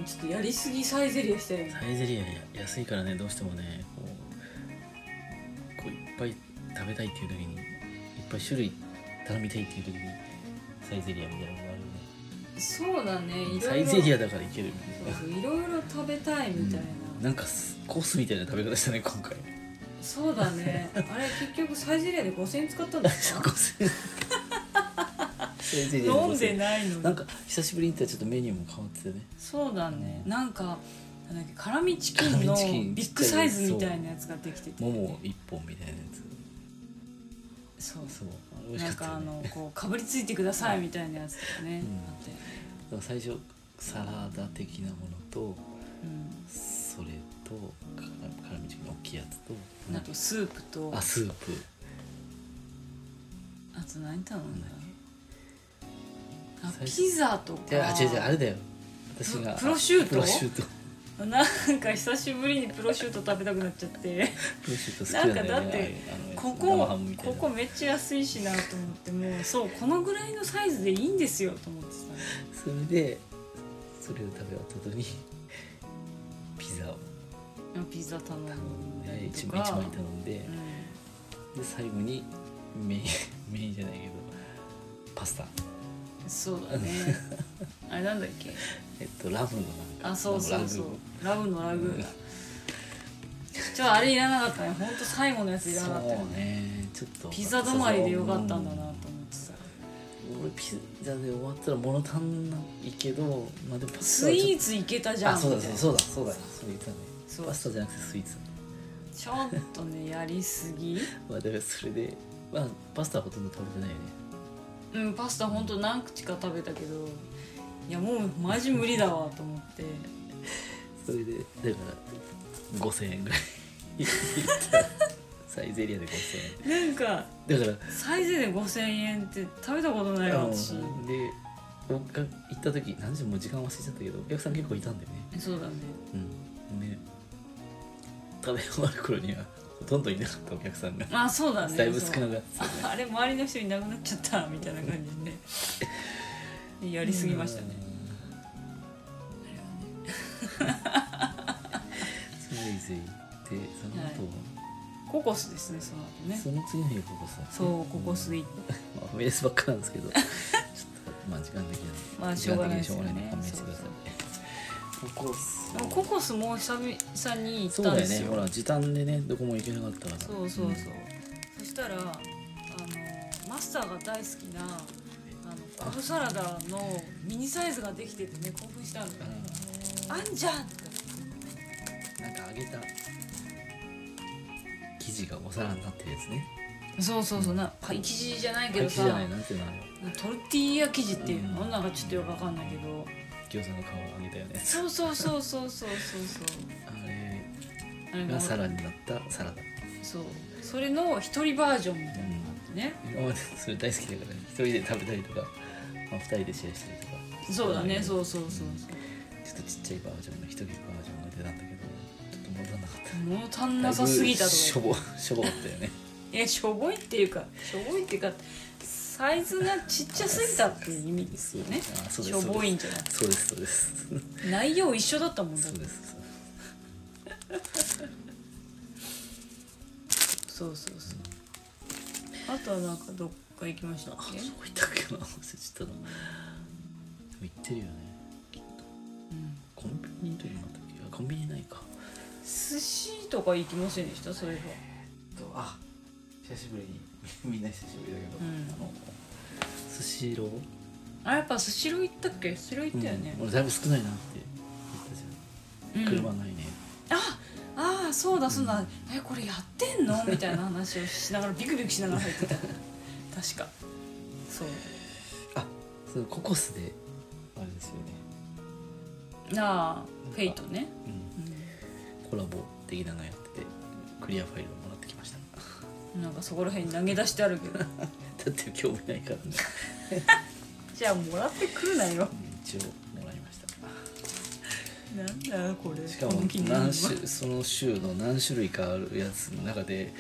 [SPEAKER 2] ちょっとやりすぎサイゼリアしたよね
[SPEAKER 3] アサイゼリア安いからねどうしてもねこうこういっぱい食べたいっていう時にいっぱい種類頼みたいっていう時にサイゼリアみたいなのがあるよね
[SPEAKER 2] そうだねいろいろ
[SPEAKER 3] サイゼリアだからいけるみたい
[SPEAKER 2] そうそういろいろ食べたいみたいな、
[SPEAKER 3] ななんかすコースみたいな食べ方したね今回
[SPEAKER 2] そうだねあれ結局サイゼリアで5000円使ったんです か
[SPEAKER 3] サイゼリア
[SPEAKER 2] 飲んでないのに
[SPEAKER 3] なんか久しぶりに行ったらちょっとメニューも変わってたね
[SPEAKER 2] そうだねなんかなんだっけ辛味チキンの
[SPEAKER 3] 辛味チキン
[SPEAKER 2] ビッグサイズみたいなやつができてて
[SPEAKER 3] 桃一本みたいなや
[SPEAKER 2] そ
[SPEAKER 3] つ
[SPEAKER 2] う
[SPEAKER 3] そう美味
[SPEAKER 2] な
[SPEAKER 3] し
[SPEAKER 2] ん
[SPEAKER 3] かった
[SPEAKER 2] かあ
[SPEAKER 3] よね
[SPEAKER 2] のこうかぶりついてくださいみたいなやつとかね、
[SPEAKER 3] うん
[SPEAKER 2] あって、
[SPEAKER 3] だから最初サラダ的なものと
[SPEAKER 2] うん、
[SPEAKER 3] それとか辛味チキンの大きいやつと
[SPEAKER 2] あとスープと
[SPEAKER 3] あスープ
[SPEAKER 2] あと何頼んだあ
[SPEAKER 3] 最初
[SPEAKER 2] ピザと
[SPEAKER 3] で
[SPEAKER 2] か
[SPEAKER 3] あ違う違うあれだよ私が
[SPEAKER 2] ププロシュート
[SPEAKER 3] プロシュート
[SPEAKER 2] なんか久しぶりにプロシュート食べたくなっちゃ って
[SPEAKER 3] プロシュート好きなんだよね
[SPEAKER 2] なんかだって
[SPEAKER 3] ああいうあの
[SPEAKER 2] こ
[SPEAKER 3] 生
[SPEAKER 2] こ
[SPEAKER 3] ハムみたい
[SPEAKER 2] こ
[SPEAKER 3] な
[SPEAKER 2] こめっちゃ安いしなと思ってもうそうこのぐらいのサイズでいいんですよと思って
[SPEAKER 3] それでそれを食べ終わった後にピザを
[SPEAKER 2] たのピザ頼んだ
[SPEAKER 3] 頼んで
[SPEAKER 2] り
[SPEAKER 3] 一
[SPEAKER 2] と
[SPEAKER 3] 枚一
[SPEAKER 2] か
[SPEAKER 3] 枚頼んで
[SPEAKER 2] う
[SPEAKER 3] で最後にメイン メインじゃないけどパスタ
[SPEAKER 2] んそうだね あれなんだっけ
[SPEAKER 3] えっとラムのなんか
[SPEAKER 2] あそうそうそうラブのラ
[SPEAKER 3] ラ
[SPEAKER 2] グ
[SPEAKER 3] ム
[SPEAKER 2] ー
[SPEAKER 3] が
[SPEAKER 2] だちょっとあれいらなかったねほんと最後のやついらなかったよ
[SPEAKER 3] そうねちょっと
[SPEAKER 2] ピザ止まりでよかったんだなと思ってさ
[SPEAKER 3] うん俺ピザで終わったら物足んないけどまあでもパスタ
[SPEAKER 2] ス
[SPEAKER 3] はちょっと
[SPEAKER 2] イーツいけたじゃん
[SPEAKER 3] あそうだ
[SPEAKER 2] みたいな
[SPEAKER 3] そうだそうだそうだそう言ってたね
[SPEAKER 2] そう
[SPEAKER 3] パスタじゃなくてスイーツ
[SPEAKER 2] ちょっとねやりすぎ
[SPEAKER 3] まあだからそれでまあパスタはほとんど食べてないよね
[SPEAKER 2] うんパスタほんと何口か食べたけどいやもうマジ無理だわと思って
[SPEAKER 3] それでだから5000円ぐらい サイゼリアで5000
[SPEAKER 2] なんか
[SPEAKER 3] 円だから
[SPEAKER 2] サイズで5,000円って食べたことないわ私
[SPEAKER 3] うんで僕が行った時何時もう時間忘れちゃったけどお客さん結構いたんだよね
[SPEAKER 2] そうだね
[SPEAKER 3] うんね食べ終わる頃にはほとんどいなかったお客さんが
[SPEAKER 2] あそうだね
[SPEAKER 3] だいぶ少
[SPEAKER 2] そう
[SPEAKER 3] なかっ た
[SPEAKER 2] ああれ周りの人いなくなっちゃったみたいな感じでねで やりすぎましたね
[SPEAKER 3] それで行ってその後、
[SPEAKER 2] ココスですねその後ね
[SPEAKER 3] その次の日ここさ
[SPEAKER 2] そうココス
[SPEAKER 3] で
[SPEAKER 2] イ
[SPEAKER 3] まあ、ファミレスばっかなんです けどちょっとまあ時間的なんで
[SPEAKER 2] まあしょうがないです
[SPEAKER 3] 時
[SPEAKER 2] よ
[SPEAKER 3] 間
[SPEAKER 2] ね
[SPEAKER 3] 的にしょうがないんで勘弁してくださいここ
[SPEAKER 2] でもココスも久々に行っ
[SPEAKER 3] そう
[SPEAKER 2] たん
[SPEAKER 3] だ
[SPEAKER 2] で
[SPEAKER 3] よ
[SPEAKER 2] す
[SPEAKER 3] ね
[SPEAKER 2] よ
[SPEAKER 3] ほら時短でねどこも行けなかったから
[SPEAKER 2] そうそうそう、
[SPEAKER 3] ん
[SPEAKER 2] そしたらあのマスターが大好きなあのコブサラダのミニサイズができててね興奮したんだよねあんじゃんとか
[SPEAKER 3] なんか揚げた生地がお皿になってるやつね
[SPEAKER 2] そうそうそうなパイ生地じゃないけ
[SPEAKER 3] 生
[SPEAKER 2] ど
[SPEAKER 3] 地じ
[SPEAKER 2] さ
[SPEAKER 3] ゃないなんていうのあれ
[SPEAKER 2] トルティーヤ生地っていうの、
[SPEAKER 3] うん
[SPEAKER 2] なんかちょっとよくわかんないけど
[SPEAKER 3] 餃子の皮を揚げたよね
[SPEAKER 2] そうそうそうそうそうそうそう
[SPEAKER 3] あれ
[SPEAKER 2] あれ
[SPEAKER 3] が
[SPEAKER 2] が
[SPEAKER 3] サラになったサラダ
[SPEAKER 2] そうそれの一人バージョンみたいなのがあってね、
[SPEAKER 3] 今までそれ大好きだからね一人で食べたりとか、まあ、二人でシェアしたりとか
[SPEAKER 2] そうだね
[SPEAKER 3] ん
[SPEAKER 2] そうそうそうそう
[SPEAKER 3] ちょっとちっちゃいバージョンの一人バージョンが出たんだけどちょっと物足んなかった
[SPEAKER 2] 物足んなさすぎたとか言って
[SPEAKER 3] しょぼしょぼかったよね
[SPEAKER 2] えしょぼいっていうかしょぼいっていうかサイズがちっちゃすぎたっていう意味ですよね
[SPEAKER 3] あそう
[SPEAKER 2] し
[SPEAKER 3] で
[SPEAKER 2] ょ
[SPEAKER 3] す
[SPEAKER 2] ぼいんじゃな
[SPEAKER 3] そうですそうですそう
[SPEAKER 2] い内容一緒だったもん
[SPEAKER 3] です
[SPEAKER 2] だっ
[SPEAKER 3] そう
[SPEAKER 2] て
[SPEAKER 3] です
[SPEAKER 2] そうそうそうあとはなんかどっか行きましたっ
[SPEAKER 3] あ
[SPEAKER 2] け
[SPEAKER 3] そこ行ったっけな忘れちゃったなでも行ってるよね
[SPEAKER 2] うん
[SPEAKER 3] コンビニの時もあったっけあコンビニないか
[SPEAKER 2] 寿司とか行きませんでしたそれが
[SPEAKER 3] とあ久しぶりに みんな久しぶりだけど、
[SPEAKER 2] うん
[SPEAKER 3] あのスシロー、
[SPEAKER 2] あやっぱスシロー行ったっけスシロー行ったよね、
[SPEAKER 3] 俺だいぶ少ないなって言ったじゃん、
[SPEAKER 2] うん
[SPEAKER 3] 車ないね
[SPEAKER 2] ああーそうだそうだ、えこれやってん のみたいな話をしながらビクビクしながら入ってた確かそう
[SPEAKER 3] あそのココスであれですよね、
[SPEAKER 2] なあフェイトね、
[SPEAKER 3] う、
[SPEAKER 2] うん
[SPEAKER 3] コラボ的なのやっててクリアファイルをもらってきました
[SPEAKER 2] ん、なんかそこら辺に投げ出してあるけど
[SPEAKER 3] だって興味ないからね
[SPEAKER 2] じゃあもらってくるなよ
[SPEAKER 3] うん一応もらいました
[SPEAKER 2] なんだよこれ
[SPEAKER 3] しかも
[SPEAKER 2] この金額は
[SPEAKER 3] 何種その週の何種類かあるやつの中で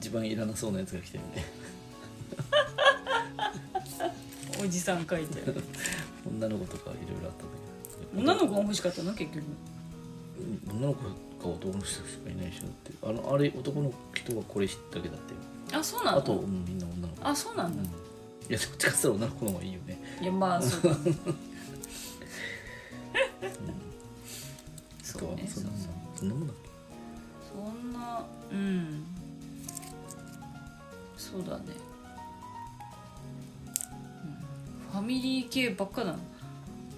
[SPEAKER 3] 一番いらなそうなやつが来てるん で
[SPEAKER 2] おじさん書いて
[SPEAKER 3] 女の子とかいろいろあったんだけど
[SPEAKER 2] 女の子が欲しかったの結局
[SPEAKER 3] うん女の子か男の人しかいないでしょだってあのあれ男の人はこれだけだって
[SPEAKER 2] あそうなの
[SPEAKER 3] あと、うん、みんな女の子
[SPEAKER 2] あそうなんだ、
[SPEAKER 3] いやどっちかっつったら女の子の方がいいよね
[SPEAKER 2] いやまあそうだ
[SPEAKER 3] あ
[SPEAKER 2] そ
[SPEAKER 3] とは
[SPEAKER 2] うねそ
[SPEAKER 3] そ
[SPEAKER 2] うんそう
[SPEAKER 3] なそんなもんだっけ
[SPEAKER 2] そんなうんそうだね、うん、ファミリー系ばっかだな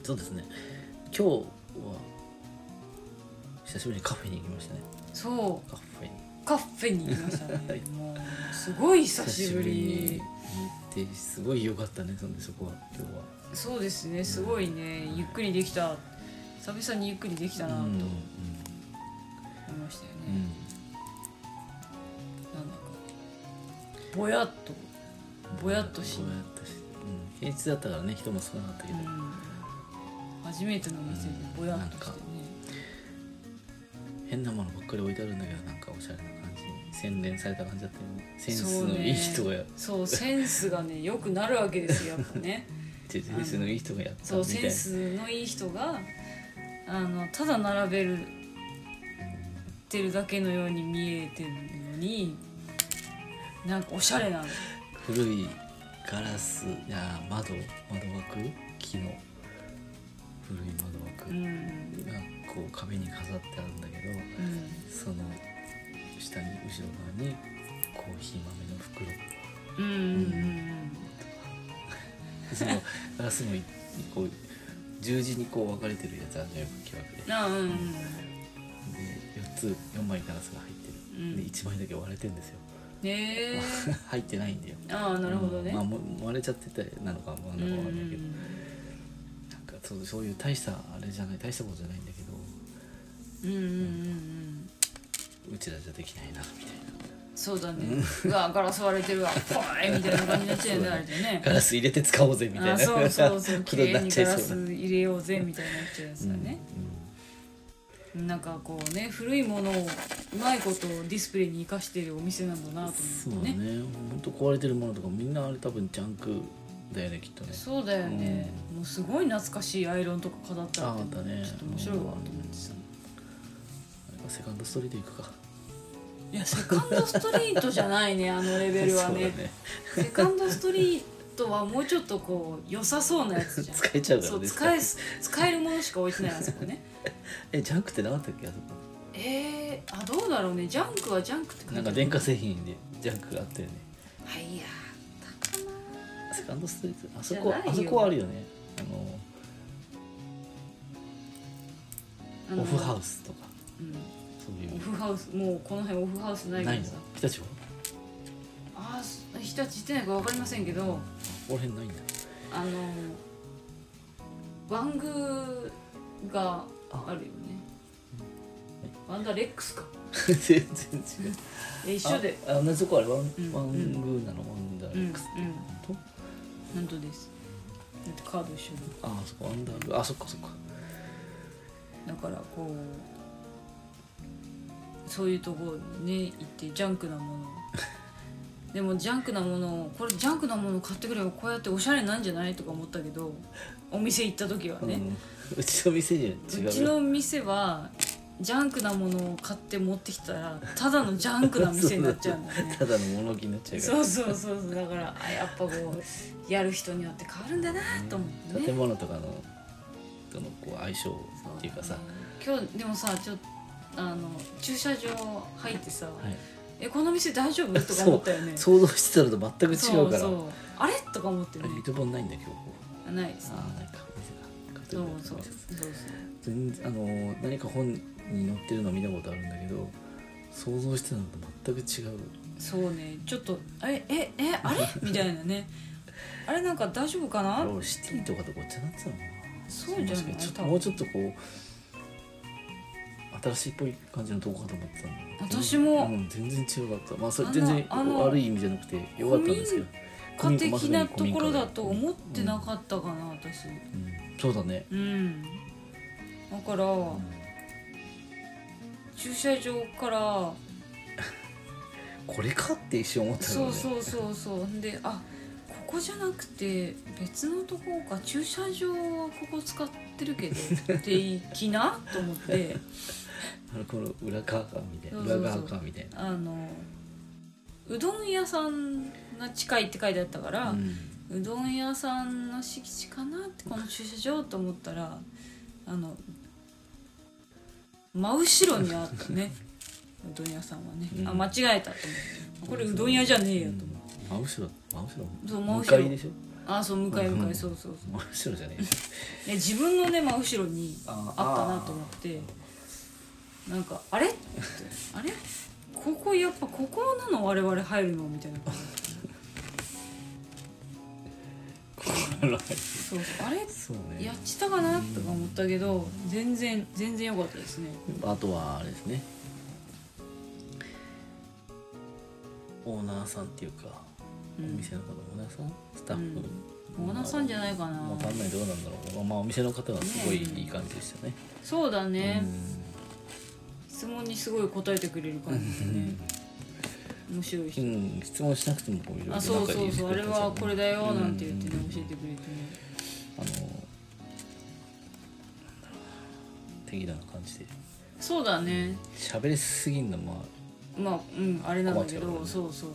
[SPEAKER 3] そうですね今日は久しぶりにカフェに行きましたね
[SPEAKER 2] そ
[SPEAKER 3] カフェに
[SPEAKER 2] うカフェに行きましたねもうすごい久しぶり
[SPEAKER 3] に行ってすごい良かったねそんでそこは今日は
[SPEAKER 2] そうですねすごいねゆっくりできた久々にゆっくりできたなと
[SPEAKER 3] う
[SPEAKER 2] 思
[SPEAKER 3] んうん
[SPEAKER 2] いましたよ
[SPEAKER 3] う
[SPEAKER 2] ね、な
[SPEAKER 3] ん
[SPEAKER 2] んだかぼやっとぼやっとし
[SPEAKER 3] ぼやっとしうん、平日だったからね人も少なかったけ
[SPEAKER 2] う
[SPEAKER 3] ど、
[SPEAKER 2] ん、初めての店でぼやっとしてね、
[SPEAKER 3] 変なものばっかり置いてあるんだけどなんかおしゃれな感じに洗練された感じだったよねセンスのいい人がや
[SPEAKER 2] そうセンスがね良くなるわけですよやっぱね
[SPEAKER 3] ってセンスのいい人がやった
[SPEAKER 2] そう
[SPEAKER 3] みたい
[SPEAKER 2] セン
[SPEAKER 3] な
[SPEAKER 2] スのいい人があのただ並べるてるだけのように見えてるのになんかおしゃれなの
[SPEAKER 3] 古いガラスいや窓窓枠木の古い窓枠
[SPEAKER 2] う
[SPEAKER 3] が
[SPEAKER 2] ん
[SPEAKER 3] こう壁に飾ってあるんだけど、
[SPEAKER 2] うん
[SPEAKER 3] その下に後ろ側にコーヒー豆の
[SPEAKER 2] う
[SPEAKER 3] 袋
[SPEAKER 2] んうん
[SPEAKER 3] そのガラスもいこう十字にこう分かれてるやつあるじゃんよく木枠で。
[SPEAKER 2] うんあうんうん
[SPEAKER 3] で4つ4枚ガラスが入ってる、
[SPEAKER 2] うん
[SPEAKER 3] で1枚だけ割れてんですよ
[SPEAKER 2] ねえ
[SPEAKER 3] 入ってないんだよ
[SPEAKER 2] ああなるほどね、
[SPEAKER 3] まあ、もう割れちゃってたなのかも
[SPEAKER 2] う
[SPEAKER 3] なんの
[SPEAKER 2] うんう
[SPEAKER 3] かわかんないけど、
[SPEAKER 2] ん
[SPEAKER 3] なんかそうそういう大したあれじゃない大したことじゃないんだけど
[SPEAKER 2] うんうん
[SPEAKER 3] うちらじゃできないなみたい
[SPEAKER 2] そうだね、うわガラス割れてるわほいみたいな感じになっちゃうよねあれでね
[SPEAKER 3] なガラス入れて使おうぜみたいな
[SPEAKER 2] あそうそうそう
[SPEAKER 3] こ
[SPEAKER 2] 綺
[SPEAKER 3] とに
[SPEAKER 2] 麗
[SPEAKER 3] なっ
[SPEAKER 2] に
[SPEAKER 3] ちゃ
[SPEAKER 2] ガ
[SPEAKER 3] い
[SPEAKER 2] ラ
[SPEAKER 3] そ
[SPEAKER 2] ス
[SPEAKER 3] うな
[SPEAKER 2] 入れようぜみたいになっちゃうやつだね、
[SPEAKER 3] うん
[SPEAKER 2] なんかこうね古いものをうまいことディスプレイに生かしてるお店なんだなと
[SPEAKER 3] そう
[SPEAKER 2] 思っ
[SPEAKER 3] だ
[SPEAKER 2] て
[SPEAKER 3] ね
[SPEAKER 2] ね
[SPEAKER 3] ほんと壊れてるものとかみんなあれ多分ジャンクだよねきっとね
[SPEAKER 2] そうだよね、もうすごい懐かしいアイロンとか飾ってあ
[SPEAKER 3] ああっ
[SPEAKER 2] って
[SPEAKER 3] たね
[SPEAKER 2] ちょっと面白いわと思ってさ、
[SPEAKER 3] あれはセカンドストリート行くか
[SPEAKER 2] いやセカンドストリートじゃない ねあのレベルはね
[SPEAKER 3] そうだね
[SPEAKER 2] セカンドストリートはもうちょっとこう良さそうなやつじゃん
[SPEAKER 3] 使えちゃうから
[SPEAKER 2] そう
[SPEAKER 3] ね
[SPEAKER 2] 使えす使えるものしか置いてないあそこね
[SPEAKER 3] えジャンクってなかったっけあそこ
[SPEAKER 2] えー、あどうだろうねジャンクはジャンクって書いて
[SPEAKER 3] な
[SPEAKER 2] あ
[SPEAKER 3] ん
[SPEAKER 2] る
[SPEAKER 3] か電化製品でジャンクがあったよね
[SPEAKER 2] はいやー高な
[SPEAKER 3] セカンドストリートあそこ
[SPEAKER 2] じゃないよ
[SPEAKER 3] あそこはあるよねあ
[SPEAKER 2] あ
[SPEAKER 3] の
[SPEAKER 2] の
[SPEAKER 3] オフハウスとか
[SPEAKER 2] うん
[SPEAKER 3] そうい
[SPEAKER 2] オ
[SPEAKER 3] う
[SPEAKER 2] フハウスもうこの辺オフハウスない
[SPEAKER 3] な
[SPEAKER 2] か
[SPEAKER 3] い
[SPEAKER 2] ら
[SPEAKER 3] の
[SPEAKER 2] さ
[SPEAKER 3] 北町
[SPEAKER 2] ああ日立行ってないか分かりませんけど
[SPEAKER 3] ここら辺ないんだ
[SPEAKER 2] あのワングがあるよねワンダーレックスか
[SPEAKER 3] 全然違う
[SPEAKER 2] え一緒で
[SPEAKER 3] ああ同じとこあるワン,、
[SPEAKER 2] うん
[SPEAKER 3] ワングーナのワンダーレックスって、
[SPEAKER 2] うんうん
[SPEAKER 3] と
[SPEAKER 2] 本当ですだってカード一緒で
[SPEAKER 3] ああそこワンダーグーあそっかそっか
[SPEAKER 2] だからこうそういうところにね行ってジャンクなも のをでもジャンクなものをこれジャンクなものを買ってくればこうやっておしゃれなんじゃないとか思ったけどお店行った時はね、
[SPEAKER 3] うん、うちの店には違う
[SPEAKER 2] うちの店はジャンクなものを買って持ってきたらただのジャンクな店になっちゃうんだ よね
[SPEAKER 3] ただの物置になっちゃうから
[SPEAKER 2] そうそうそうそうだからあやっぱこうやる人によって変わるんだなと思ってね
[SPEAKER 3] 建物とかのとのこう相性っていうかさ
[SPEAKER 2] 今日でもさちょっあの駐車場入ってさ、
[SPEAKER 3] はい、
[SPEAKER 2] えこの店大丈夫とか思ったよね
[SPEAKER 3] 想像してたのと全く違うか
[SPEAKER 2] そうそ
[SPEAKER 3] ら
[SPEAKER 2] うあれとか思って
[SPEAKER 3] あ
[SPEAKER 2] ね
[SPEAKER 3] れリトボンないんだ今日
[SPEAKER 2] ないですね
[SPEAKER 3] ああないか見てた
[SPEAKER 2] そうそうそう
[SPEAKER 3] 全然あのー何か本に載ってるの見たことあるんだけど想像してたのと全く違う
[SPEAKER 2] そうそうねちょっと「えええあれ?」みたいなねあれなんか大丈夫かな
[SPEAKER 3] 俺シティとかとごっちゃになってたのかな
[SPEAKER 2] そうじゃない
[SPEAKER 3] もしかしてちょっと
[SPEAKER 2] 多分
[SPEAKER 3] もうちょっとこう新しいっぽい感じのとこかと思ってたんだけど
[SPEAKER 2] 私も
[SPEAKER 3] うん、全然違かったまあそれ
[SPEAKER 2] あの
[SPEAKER 3] 全然
[SPEAKER 2] あの
[SPEAKER 3] 悪い意味じゃなくてよかったんですけど
[SPEAKER 2] 家的なところだと
[SPEAKER 3] 古民
[SPEAKER 2] 思ってなかったかな私
[SPEAKER 3] 家古民家うんそうだね、
[SPEAKER 2] うんだから
[SPEAKER 3] うん
[SPEAKER 2] 駐車場から
[SPEAKER 3] これかって一瞬思ったの
[SPEAKER 2] そ
[SPEAKER 3] ね
[SPEAKER 2] うそうそうそうであここじゃなくて別のとこか駐車場はここ使ってるけどで行きなと思って
[SPEAKER 3] あのこの裏側かみたいな
[SPEAKER 2] そうそうそう
[SPEAKER 3] 裏側かみたいな
[SPEAKER 2] あのうどん屋さんが近いって書いてあったから
[SPEAKER 3] う、ん
[SPEAKER 2] うどん屋さんの敷地かなってこの駐車場と思ったらあの真後ろにあった ねうどん屋さんはね、あ
[SPEAKER 3] うん
[SPEAKER 2] 間違えたと思ってこれうどん屋じゃねえよと思って。
[SPEAKER 3] 真後ろ真後ろ
[SPEAKER 2] そう真後ろ
[SPEAKER 3] 向かいでしょ
[SPEAKER 2] あそう向かい向か
[SPEAKER 3] う
[SPEAKER 2] い
[SPEAKER 3] ん
[SPEAKER 2] そうそうそう
[SPEAKER 3] 真後ろじゃねえ
[SPEAKER 2] で自分のね真後ろに
[SPEAKER 3] あ
[SPEAKER 2] あったなと思ってなんかあれってあれここやっぱここなの我々入るのみたいな感じ
[SPEAKER 3] よ
[SPEAKER 2] そうそうあれ
[SPEAKER 3] そうね
[SPEAKER 2] やっちたかなとか思ったけど全然全然良かったですね
[SPEAKER 3] あとはあれですねオーナーさんっていうか、
[SPEAKER 2] う
[SPEAKER 3] お
[SPEAKER 2] ん
[SPEAKER 3] 店の方オーナーさんスタッフ、
[SPEAKER 2] オーナーさんじゃないかな
[SPEAKER 3] わかんないどうなんだろうまあお店の方がすごいいい感じでしたね
[SPEAKER 2] そうだね
[SPEAKER 3] うん
[SPEAKER 2] 質問にすごい答えてくれる感じでね面白い人
[SPEAKER 3] うん、質問しなくてもこういろいろ
[SPEAKER 2] あそうそうそうあれはこれだよなんて言ってね
[SPEAKER 3] うん
[SPEAKER 2] 教えてくれてね
[SPEAKER 3] あのなんだろう適度な感じで
[SPEAKER 2] そうだね
[SPEAKER 3] 喋りすぎんのまあ
[SPEAKER 2] まあうんあれなんだけど、
[SPEAKER 3] 困っちゃうか
[SPEAKER 2] そ
[SPEAKER 3] らね
[SPEAKER 2] うそう、あ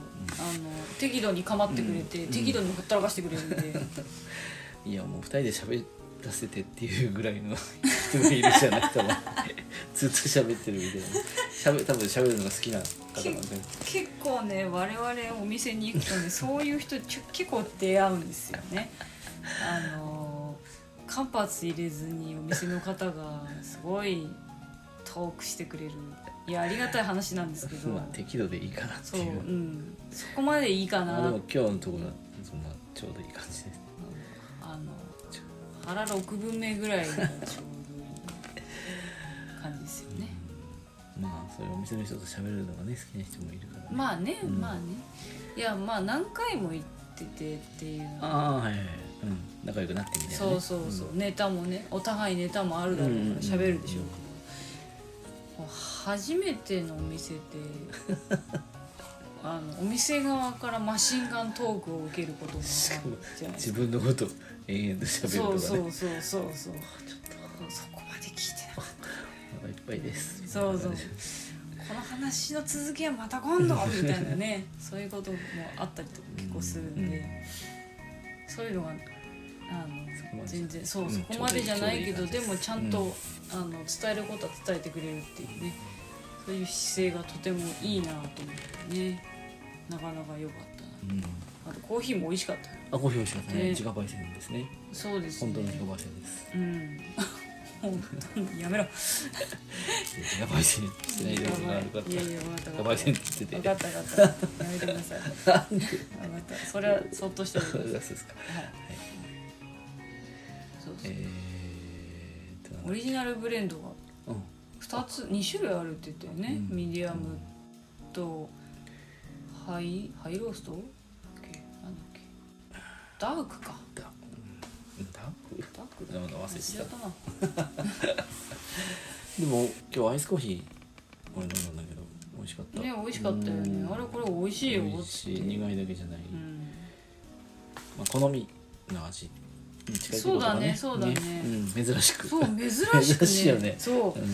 [SPEAKER 2] の適度に構ってくれて、適度にほったらかしてくれるんで、
[SPEAKER 3] いやもう二人で喋らせてっていうぐらいの 人がいるじゃない多分 ずっと喋ってるみたいな喋多分喋るのが好きな方なんで
[SPEAKER 2] 結構ね我々お店に行くとねそういう人ちょ結構出会うんですよねあの間髪入れずにお店の方がすごいトークしてくれるいやありがたい話なんですけど
[SPEAKER 3] まあ適度でいいかなって
[SPEAKER 2] そう、
[SPEAKER 3] いうう。
[SPEAKER 2] ん、そこまでいいか
[SPEAKER 3] まあ、で
[SPEAKER 2] な
[SPEAKER 3] も今日のところはそんなちょうどいい感じで
[SPEAKER 2] あの腹6分目ぐらいがちょうどいい感じですよね
[SPEAKER 3] まあそういうお店の人と喋るのがね好きな人もいるから、
[SPEAKER 2] まあね、
[SPEAKER 3] うん
[SPEAKER 2] まあねいやまあ何回も行っててっていうのは
[SPEAKER 3] ああはいはいはい、うん、仲良くなってみたいな、ね、
[SPEAKER 2] そうそうそう、ネタもねお互いネタもあるだろうから
[SPEAKER 3] うんうんうん
[SPEAKER 2] 喋るでしょうけど、初めてのお店 であのお店側からマシンガントークを受けることもあるじゃないです
[SPEAKER 3] 自
[SPEAKER 2] か
[SPEAKER 3] 分のこと延々と喋るとか
[SPEAKER 2] そうそ
[SPEAKER 3] ね
[SPEAKER 2] うそうそうそうそこまで聞いてなかった
[SPEAKER 3] お腹いっぱいです
[SPEAKER 2] そうそうこの話の続きはまた今度みたいな ねそういうこともあったりとか結構するんで、そういうのがあ
[SPEAKER 3] こま
[SPEAKER 2] の
[SPEAKER 3] で
[SPEAKER 2] 全然そう
[SPEAKER 3] うん
[SPEAKER 2] そこまでじゃないけど、
[SPEAKER 3] ちょうど
[SPEAKER 2] で
[SPEAKER 3] いい
[SPEAKER 2] もちゃんと、
[SPEAKER 3] うん
[SPEAKER 2] あの伝えることは伝えてくれるっていうねそういう姿勢がとてもいいなと思ってねなかなか良かったな
[SPEAKER 3] うん、うん、
[SPEAKER 2] あとコーヒーも美味しかった
[SPEAKER 3] あコーヒー美味しかったね
[SPEAKER 2] ね
[SPEAKER 3] 自家焙煎ですね
[SPEAKER 2] そうですね
[SPEAKER 3] 本当の自家焙煎です
[SPEAKER 2] うん、 本当にやめろ
[SPEAKER 3] 自家焙煎してないでことがあるから
[SPEAKER 2] いやい
[SPEAKER 3] 自
[SPEAKER 2] や分かった
[SPEAKER 3] 家
[SPEAKER 2] 分かっ
[SPEAKER 3] 焙
[SPEAKER 2] た
[SPEAKER 3] 煎って言
[SPEAKER 2] 分
[SPEAKER 3] ってて
[SPEAKER 2] かった分かったやめてください分かったそれはそっとしておいて
[SPEAKER 3] そう
[SPEAKER 2] ください、
[SPEAKER 3] ですか
[SPEAKER 2] はい、そうそう
[SPEAKER 3] えーっと
[SPEAKER 2] オリジナルブレンドが
[SPEAKER 3] うん
[SPEAKER 2] 2つ2種類あるって言ったよね、
[SPEAKER 3] うん
[SPEAKER 2] ミディアムとハイハイローストだっけなんだっけダークか
[SPEAKER 3] だうんだ
[SPEAKER 2] ダーク
[SPEAKER 3] な
[SPEAKER 2] だ
[SPEAKER 3] んか忘れ
[SPEAKER 2] 忘
[SPEAKER 3] て
[SPEAKER 2] れちゃ
[SPEAKER 3] た
[SPEAKER 2] ったな
[SPEAKER 3] でも今日アイスコーヒー俺飲んだんだけど美味しかった
[SPEAKER 2] ね美味しかったよね
[SPEAKER 3] うん
[SPEAKER 2] あれこれ美味しいよ
[SPEAKER 3] 美味しい苦いだけじゃない、
[SPEAKER 2] うん
[SPEAKER 3] まあ、好みの味に近いってことか
[SPEAKER 2] そうだねそうだね
[SPEAKER 3] うん、珍しく
[SPEAKER 2] そう 珍しくね
[SPEAKER 3] 珍しいよね
[SPEAKER 2] そう
[SPEAKER 3] うん、この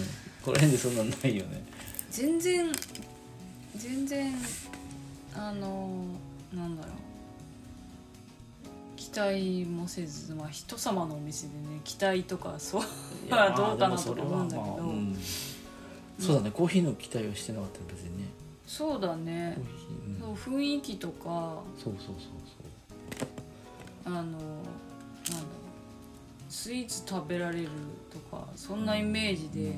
[SPEAKER 3] 辺でそんなんないよね
[SPEAKER 2] 全然全然あのなんだろう期待もせず、まあ、人様のお店でね期待とかそう
[SPEAKER 3] いや
[SPEAKER 2] どうかな
[SPEAKER 3] でもそれは
[SPEAKER 2] とか思うんだけど
[SPEAKER 3] まあうんそうだねコーヒーの期待はしてなかったね別にね
[SPEAKER 2] そうだね
[SPEAKER 3] コーヒー、うん、
[SPEAKER 2] そう雰囲気とか
[SPEAKER 3] そうそうそう
[SPEAKER 2] あのなんだろうスイーツ食べられるとかそんなイメージ
[SPEAKER 3] そう
[SPEAKER 2] で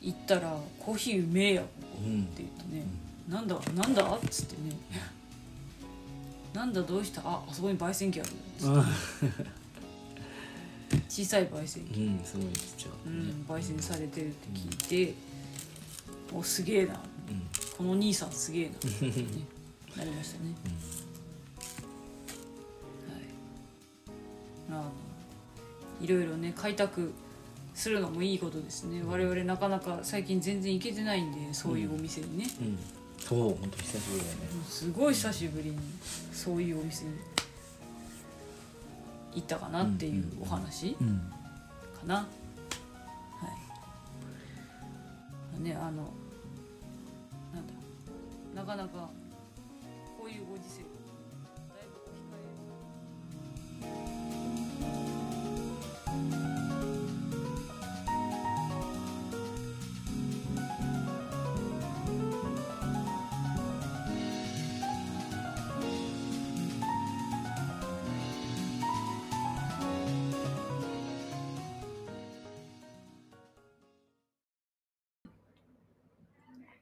[SPEAKER 2] 行ったら「コーヒーうめえや」っ
[SPEAKER 3] うん、うん
[SPEAKER 2] て言ってね「なんだなんだ?」っつってね「なんだどうしたああそこに焙煎機ある」小さい焙煎機、
[SPEAKER 3] うん、すごいちっちゃかっ
[SPEAKER 2] う
[SPEAKER 3] たね
[SPEAKER 2] ん、焙煎されてるって聞いて「おすげえな
[SPEAKER 3] うんうん
[SPEAKER 2] この兄さんすげえな」ってねなりましたね。はい、あのいろいろね開拓するのもいいことですね我々なかなか最近全然行けてないんでそういうお店にね、
[SPEAKER 3] うんそう本当久しぶりだよね
[SPEAKER 2] もうすごい久しぶりにそういうお店に行ったかなっていうお話か
[SPEAKER 3] うん
[SPEAKER 2] な、はいねあのなんだなかなかこういうご時世だいぶお控え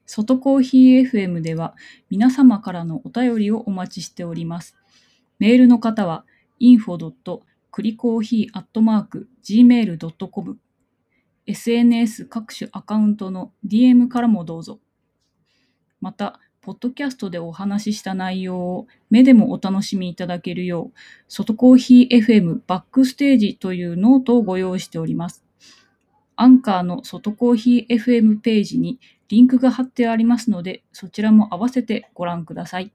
[SPEAKER 4] 外コーヒー FM では皆様からのお便りをお待ちしております。メールの方は info.cricoffee.gmail.com SNS 各種アカウントの DM からもどうぞ。また、ポッドキャストでお話しした内容を目でもお楽しみいただけるよう、外コーヒー FM バックステージというノートをご用意しております。アンカーの外コーヒー FM ページにリンクが貼ってありますので、そちらも合わせてご覧ください。